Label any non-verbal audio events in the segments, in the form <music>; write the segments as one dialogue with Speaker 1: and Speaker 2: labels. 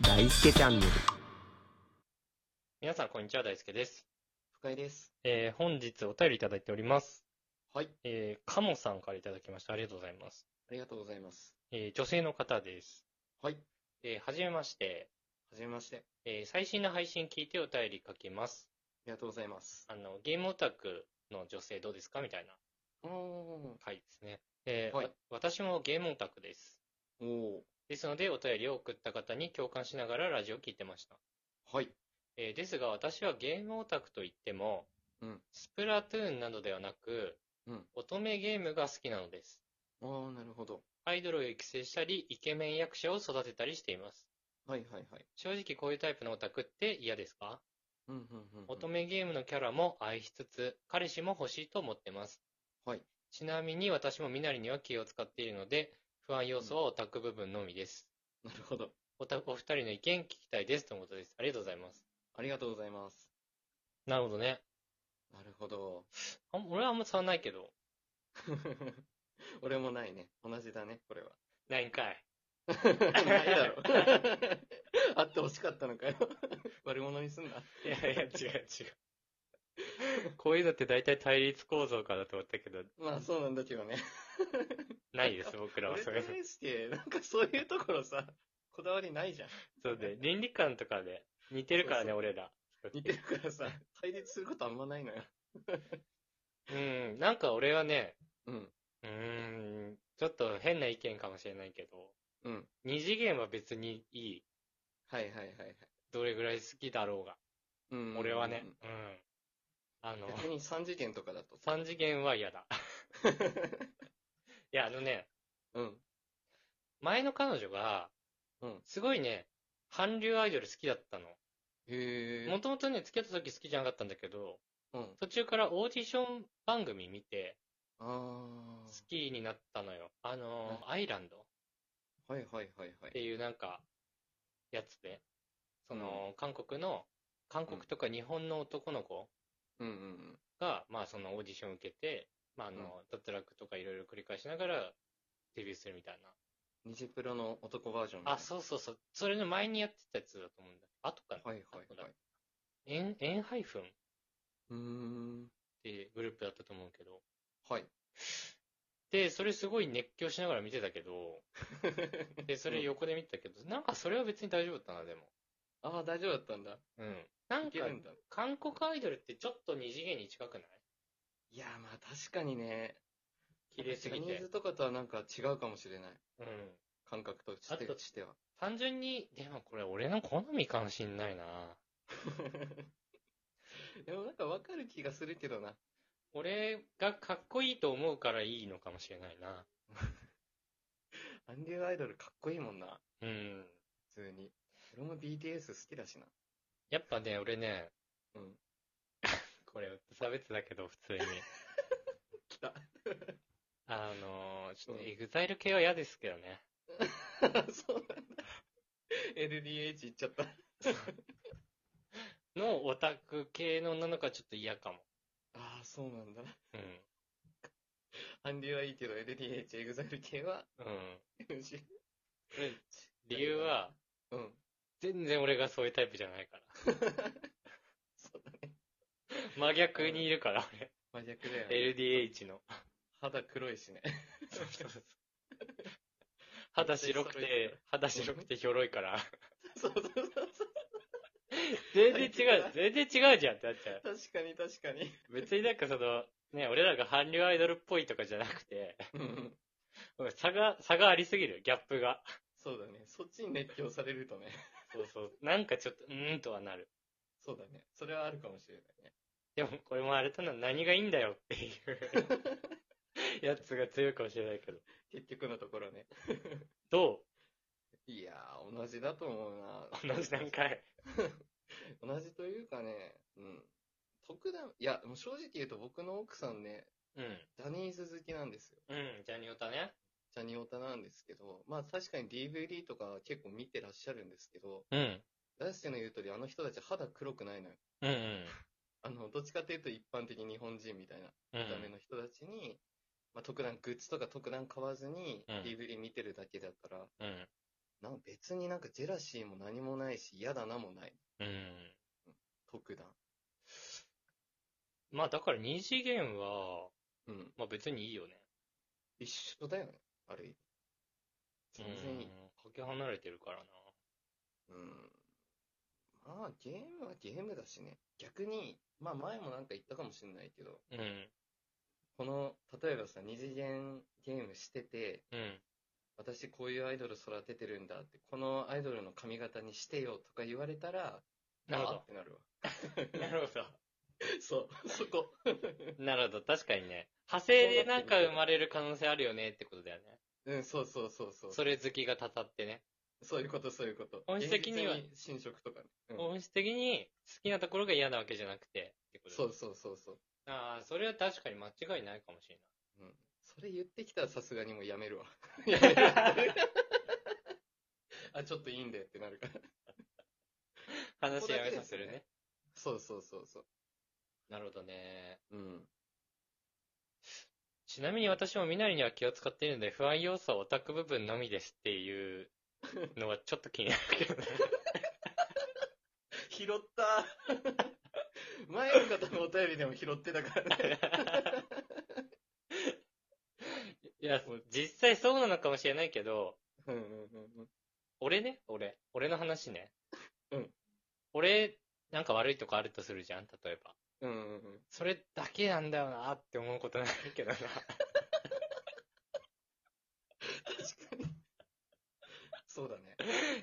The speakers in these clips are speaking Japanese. Speaker 1: 大輔チャンネル。
Speaker 2: 皆さん、こんにちは。大輔です。
Speaker 3: 深井です。
Speaker 2: えー本日お便りいただいております。
Speaker 3: はい。
Speaker 2: えー、カモさんからいただきました。ありがとうございます。
Speaker 3: ありがとうございます。
Speaker 2: えー女性の方です。
Speaker 3: はい。
Speaker 2: えーはじめまして。
Speaker 3: はじめまして。あ
Speaker 2: えー最新の配信聞いてお便りかけます。
Speaker 3: りがとうございます。
Speaker 2: あの、ゲームオタクの女性どうですかみたいな
Speaker 3: おー。
Speaker 2: 回ですね。えー
Speaker 3: はい
Speaker 2: わ私もゲームオタクです。
Speaker 3: おお
Speaker 2: ですので、お便りを送った方に共感しながらラジオを聞いてました。
Speaker 3: ー。はい。
Speaker 2: えーですが、私はゲームオタクといっても、
Speaker 3: うん
Speaker 2: スプラトゥーンなどではなく、
Speaker 3: うん
Speaker 2: 乙女ゲームが好きなのです。
Speaker 3: あー、なるほど。
Speaker 2: アイドルを育成したり、イケメン役者を育てたりしています。
Speaker 3: はいはいはい。
Speaker 2: 正直こういうタイプのオタクって嫌ですか
Speaker 3: うんうんうん。
Speaker 2: 乙。女ゲームのキャラも愛しつつ、彼氏も欲しいと思ってます。
Speaker 3: はい。
Speaker 2: ちなみに私もみなりには気を使っているので、不安要素はオタク部分のみです。
Speaker 3: なるほど。
Speaker 2: おたお二人の意見聞きたいですとのことです。ありがとうございます。
Speaker 3: ありがとうございます。
Speaker 2: なるほどね。
Speaker 3: なるほど。 <laughs>
Speaker 2: あ俺はあんま触んないけど。
Speaker 3: 俺もないね。同じだね、これは。
Speaker 2: ないんかい。
Speaker 3: ないだろ。 <laughs> あってほしかったのかよ。 <laughs> 悪者にすんな。
Speaker 2: <laughs> いやいや、違う違
Speaker 3: <laughs>
Speaker 2: う。こういうのって大体対立構造かなと思ったけど、
Speaker 3: まあそうなんだけどね。
Speaker 2: ないです、僕らは
Speaker 3: 俺
Speaker 2: そ
Speaker 3: と
Speaker 2: ういうの。
Speaker 3: 対して、なんかそういうところさ、こだわりないじゃん。
Speaker 2: そうね、倫理観とかで似てるからね、
Speaker 3: そうそう
Speaker 2: 俺ら。
Speaker 3: 似てるからさ、対立することあんまないのよ。
Speaker 2: うん、なんか俺はね、
Speaker 3: うん。
Speaker 2: うーん、ちょっと変な意見かもしれないけど、
Speaker 3: うん。
Speaker 2: 二次元は別にいい。
Speaker 3: はいはいはいはい。
Speaker 2: どれぐらい好きだろうが。
Speaker 3: うん
Speaker 2: 俺はね、うん。
Speaker 3: <laughs>
Speaker 2: あの、
Speaker 3: 逆に3次元とかだと。
Speaker 2: 三次元は
Speaker 3: <laughs>
Speaker 2: 嫌だ。いや、あのね、
Speaker 3: うん。
Speaker 2: 前の彼女が、
Speaker 3: うん
Speaker 2: すごいね、韓流アイドル好きだったの。
Speaker 3: へ
Speaker 2: もともとね、付き合った時好きじゃなかったんだけど、
Speaker 3: うん。
Speaker 2: 途中からオーディション番組見て、
Speaker 3: あ
Speaker 2: 好きになったのよ。あのー、アイランド。
Speaker 3: ー。はいはいはいは
Speaker 2: って
Speaker 3: い。
Speaker 2: いうなんか、やつで、その、韓国の、韓国とか日本の男の子
Speaker 3: うんうんうん。
Speaker 2: が、まあそのオーディションを受けて、まああの、脱落とかいろいろ繰り返しながら、デビューするみたい
Speaker 3: ニジプロの男バージョン。
Speaker 2: な。あ、そうそうそう。それの前にやってたやつだと思うんだ。あとかな。
Speaker 3: はいはい
Speaker 2: 後
Speaker 3: は
Speaker 2: だ
Speaker 3: い。
Speaker 2: エン、エンハイフンっ
Speaker 3: うーん。
Speaker 2: ていうグループだったと思うけど。
Speaker 3: はい。
Speaker 2: で、それすごい熱狂しながら見てたけど、
Speaker 3: <laughs>
Speaker 2: で、それ横で見てたけど、なんかそれは別に大丈夫だったな、でも。
Speaker 3: ああ、大丈夫だったんだ。
Speaker 2: うん。なん
Speaker 3: い
Speaker 2: か
Speaker 3: け、るんだ。
Speaker 2: 韓国アイドルってちょっと二次元に近くない
Speaker 3: いやー、まあ確かにね。
Speaker 2: 綺麗すぎ
Speaker 3: ジャニー
Speaker 2: て
Speaker 3: ズ。とかとはなんか違うかもしれない。
Speaker 2: うん。
Speaker 3: 感覚とし
Speaker 2: あと
Speaker 3: てしては。
Speaker 2: 単純に、でもこれ俺の好みかもしんないな。
Speaker 3: でもなんかわかる気がするけどな。
Speaker 2: 俺がかっこいいと思うからいいのかもしれないな。
Speaker 3: アンデュアイドルかっこいいもんな。
Speaker 2: うん。
Speaker 3: 普通に。俺も BTS 好きだしな。
Speaker 2: やっぱね、俺ね、
Speaker 3: うん。
Speaker 2: <laughs> これ差別だけど普
Speaker 3: <laughs>
Speaker 2: 通に。
Speaker 3: 来た。
Speaker 2: あのー、ちょっと
Speaker 3: うん
Speaker 2: エグザイル系は嫌ですけどね。
Speaker 3: <laughs> そうなんだ。LDH 行っちゃった。
Speaker 2: <laughs> のオタク系の女の子はちょっと嫌かも。
Speaker 3: ああ、そうなんだ。
Speaker 2: うん。
Speaker 3: アンデュはいいけど LDH、エグザイル系は
Speaker 2: うん。
Speaker 3: NG。
Speaker 2: で理由は、
Speaker 3: うん。
Speaker 2: 全然俺がそういうタイプじゃないから。
Speaker 3: <laughs> そうだね。
Speaker 2: 真逆にいるから、
Speaker 3: 真逆だよね。
Speaker 2: 俺。LDH の。
Speaker 3: 肌黒いしね。
Speaker 2: そうそうそう。肌白くて、肌白くてひょろ
Speaker 3: <laughs>
Speaker 2: いから。
Speaker 3: <laughs> そうそうそうそう。
Speaker 2: 全然違う、全然違うじゃんってなっちゃう。
Speaker 3: 確かに確かに。
Speaker 2: 別になんかその、ね、俺らが韓流アイドルっぽいとかじゃなくて、 <laughs>
Speaker 3: うん。
Speaker 2: 差が、差がありすぎる、ギャップが。
Speaker 3: そうだね。そっちに熱狂されるとね。
Speaker 2: そうそう。なんかちょっと、うーんとはなる。
Speaker 3: そうだね。それはあるかもしれないね。
Speaker 2: でも、これもあれとな、何がいいんだよって <laughs> いう、やつが強いかもしれないけど。
Speaker 3: 結局のところね。
Speaker 2: ど
Speaker 3: いやー、同じだと思う
Speaker 2: う
Speaker 3: な。
Speaker 2: 同じ段階。
Speaker 3: 同じというかね、うん。特段、いや、もう正直言うと僕の奥さんね、
Speaker 2: うん。
Speaker 3: ジャニーズ好きなんですよ。
Speaker 2: うん、ジャニオタね。
Speaker 3: ジャニオタなんですけど、まあ確かに DVD とか結構見てらっしゃるんですけど、
Speaker 2: うん。
Speaker 3: 大輔の言う通りあの人たち肌黒くないのよ。
Speaker 2: うんうん。
Speaker 3: あの、どっちかというと一般的日本人みたいな
Speaker 2: う
Speaker 3: 見た目の人たちに、まあ特段グッズとか特段買わずに
Speaker 2: うん
Speaker 3: DVD 見てるだけだから、
Speaker 2: うん。
Speaker 3: なん別になんかジェラシーも何もないし、嫌だなもない。
Speaker 2: うん。
Speaker 3: 特段。
Speaker 2: まあだから二次元は、
Speaker 3: うん。
Speaker 2: まあ別にいいよね。
Speaker 3: 一緒だよね。ある意味。全然いい。
Speaker 2: うん。かけ離れてるからな。
Speaker 3: うん。まあ、ゲームはゲームだしね。逆に、まあ前もなんか言ったかもしれないけど、
Speaker 2: うん。
Speaker 3: この、例えばさ、二次元ゲームしてて、
Speaker 2: うん。
Speaker 3: 私こういうアイドル育ててるんだって、このアイドルの髪型にしてよとか言われたら、
Speaker 2: なるほ
Speaker 3: あ
Speaker 2: ど
Speaker 3: ーってなるわ。
Speaker 2: <laughs> なるほ
Speaker 3: そう、そこ。
Speaker 2: ど。なるほど。確かにね。派生でなんか生まれる可能性あるよねってことだよね。
Speaker 3: うん、そうそうそうそう。
Speaker 2: それ好きがたたってね。
Speaker 3: そういうこと、そういうこと。
Speaker 2: 本質的には
Speaker 3: 現実侵食とかね。 <laughs> うん
Speaker 2: 本質的に好きなところが嫌なわけじゃなくてってことだ
Speaker 3: そうそうそうそう。
Speaker 2: ああ、それは確かに間違いないかもしれ
Speaker 3: うん。それ言ってきたらさすがにもうやめる
Speaker 2: <laughs>
Speaker 3: わ。やめる <laughs> わ。あ、ちょっといいんだよってなるから。
Speaker 2: ない。
Speaker 3: こ
Speaker 2: 話
Speaker 3: こだ
Speaker 2: や
Speaker 3: けで
Speaker 2: め
Speaker 3: すね
Speaker 2: させるね。
Speaker 3: そうそうそうそ
Speaker 2: なるほどね。
Speaker 3: う。うん。
Speaker 2: ちなみに私もみなりには気を使っているので、不安要素はオタク部分のみですっていうのはちょっと気になる
Speaker 3: <laughs>
Speaker 2: けどね。
Speaker 3: 拾った。
Speaker 2: <laughs>
Speaker 3: 前の方のお便りでも拾ってたから
Speaker 2: <laughs>
Speaker 3: ね。
Speaker 2: いや、実際そうなのかもしれないけど、
Speaker 3: うんうんうん
Speaker 2: 俺ね、俺。俺の話ね。
Speaker 3: うん。
Speaker 2: 俺、なんか悪いとこあるとするじゃん、例えば。
Speaker 3: うん。うんうんうん。
Speaker 2: それだけなんだよなって思うことないけどな。 <laughs>
Speaker 3: そうだね。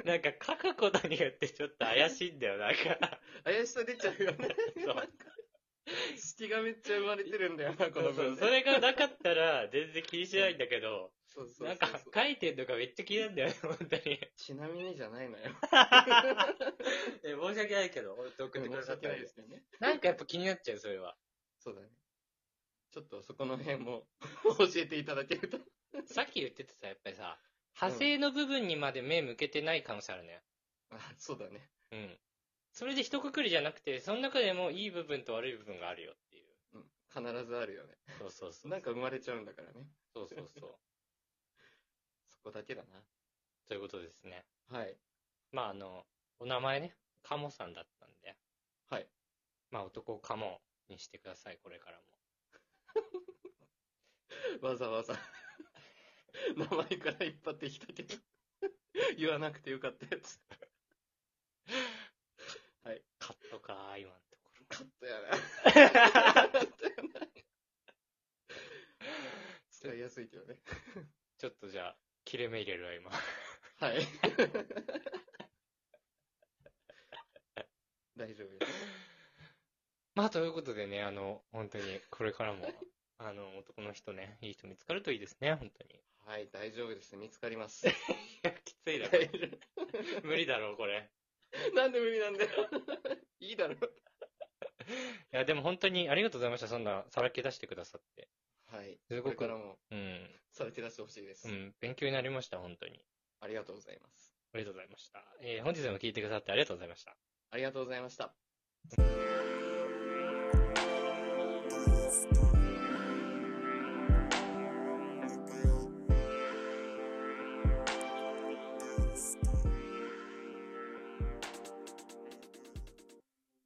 Speaker 2: なんか書くことによってちょっと怪しいんだよ、なんか。
Speaker 3: 怪しさ出ちゃうよね。
Speaker 2: <laughs> そう
Speaker 3: なんか隙がめっちゃ生まれてるんだよな、この
Speaker 2: <laughs> そう
Speaker 3: 文
Speaker 2: そ
Speaker 3: ね。
Speaker 2: れがなかったら全然気にしないんだけど、
Speaker 3: そうそうそうそう
Speaker 2: なんか書いてんのがめっちゃ気になるんだよね、 <laughs> 本当に。
Speaker 3: ちなみにじゃないの
Speaker 2: <laughs>
Speaker 3: よ。
Speaker 2: え申し訳ないけど、本当送ってくだ
Speaker 3: 申し
Speaker 2: さっ
Speaker 3: 訳
Speaker 2: た
Speaker 3: ない
Speaker 2: ん
Speaker 3: で
Speaker 2: です
Speaker 3: よね。
Speaker 2: なんかやっぱ気になっちゃう、それ <laughs> は。
Speaker 3: そうだね。ちょっとそこの辺も教えていただける
Speaker 2: <laughs>
Speaker 3: と。
Speaker 2: さっき言ってたさ、やっぱりさ、派生の部分にまで目向けてない可能性あるね。
Speaker 3: あ、そうだね。
Speaker 2: うん。それで一括りじゃなくて、その中でもいい部分と悪い部分があるよっていう。
Speaker 3: うん。必ずあるよね。
Speaker 2: そうそう <laughs> そう。
Speaker 3: なんか生まれちゃうんだからね。
Speaker 2: そうそうそう。
Speaker 3: そこだけだ
Speaker 2: ということですね。
Speaker 3: な。はい。
Speaker 2: まあ、あの、お名前ね、カモさんだったんで。
Speaker 3: はい。
Speaker 2: まあ、男をカモにしてください、これからも。
Speaker 3: わざ
Speaker 2: <laughs>
Speaker 3: わざ。名前から引っ張ってきたけど。言わなくてよかったやつ。はい。
Speaker 2: カットかー、今のところ。
Speaker 3: カットやな。カット
Speaker 2: <laughs>
Speaker 3: やな。使いやすいけどね。
Speaker 2: ちょっとじゃあ、切れ目入れるわ、今。 <laughs>
Speaker 3: はい。大丈夫です。
Speaker 2: まあ、ということでね、あの、本当に、これからも、
Speaker 3: <laughs>
Speaker 2: あの、男の人ね、いい人見つかるといいですね、本当
Speaker 3: <laughs>
Speaker 2: に。い
Speaker 3: はい、大丈夫です。見つかります。
Speaker 2: や、きついだ
Speaker 3: な
Speaker 2: ろ。<laughs> 無理だろ、これ。
Speaker 3: んで無理なんだよ。いいだろ。
Speaker 2: いや、でも本当に、ありがとうございました、そんな、さらけ出してくださって。
Speaker 3: はい。
Speaker 2: す
Speaker 3: こ
Speaker 2: ご
Speaker 3: れか
Speaker 2: く
Speaker 3: ら、も
Speaker 2: うん、
Speaker 3: されて出してほしいです、
Speaker 2: うん、勉強になりました、本当に。
Speaker 3: ありがとうございます。
Speaker 2: ありがとうございました。えー本日も聞いてくださってありがとうございました。
Speaker 3: ありがとうございました。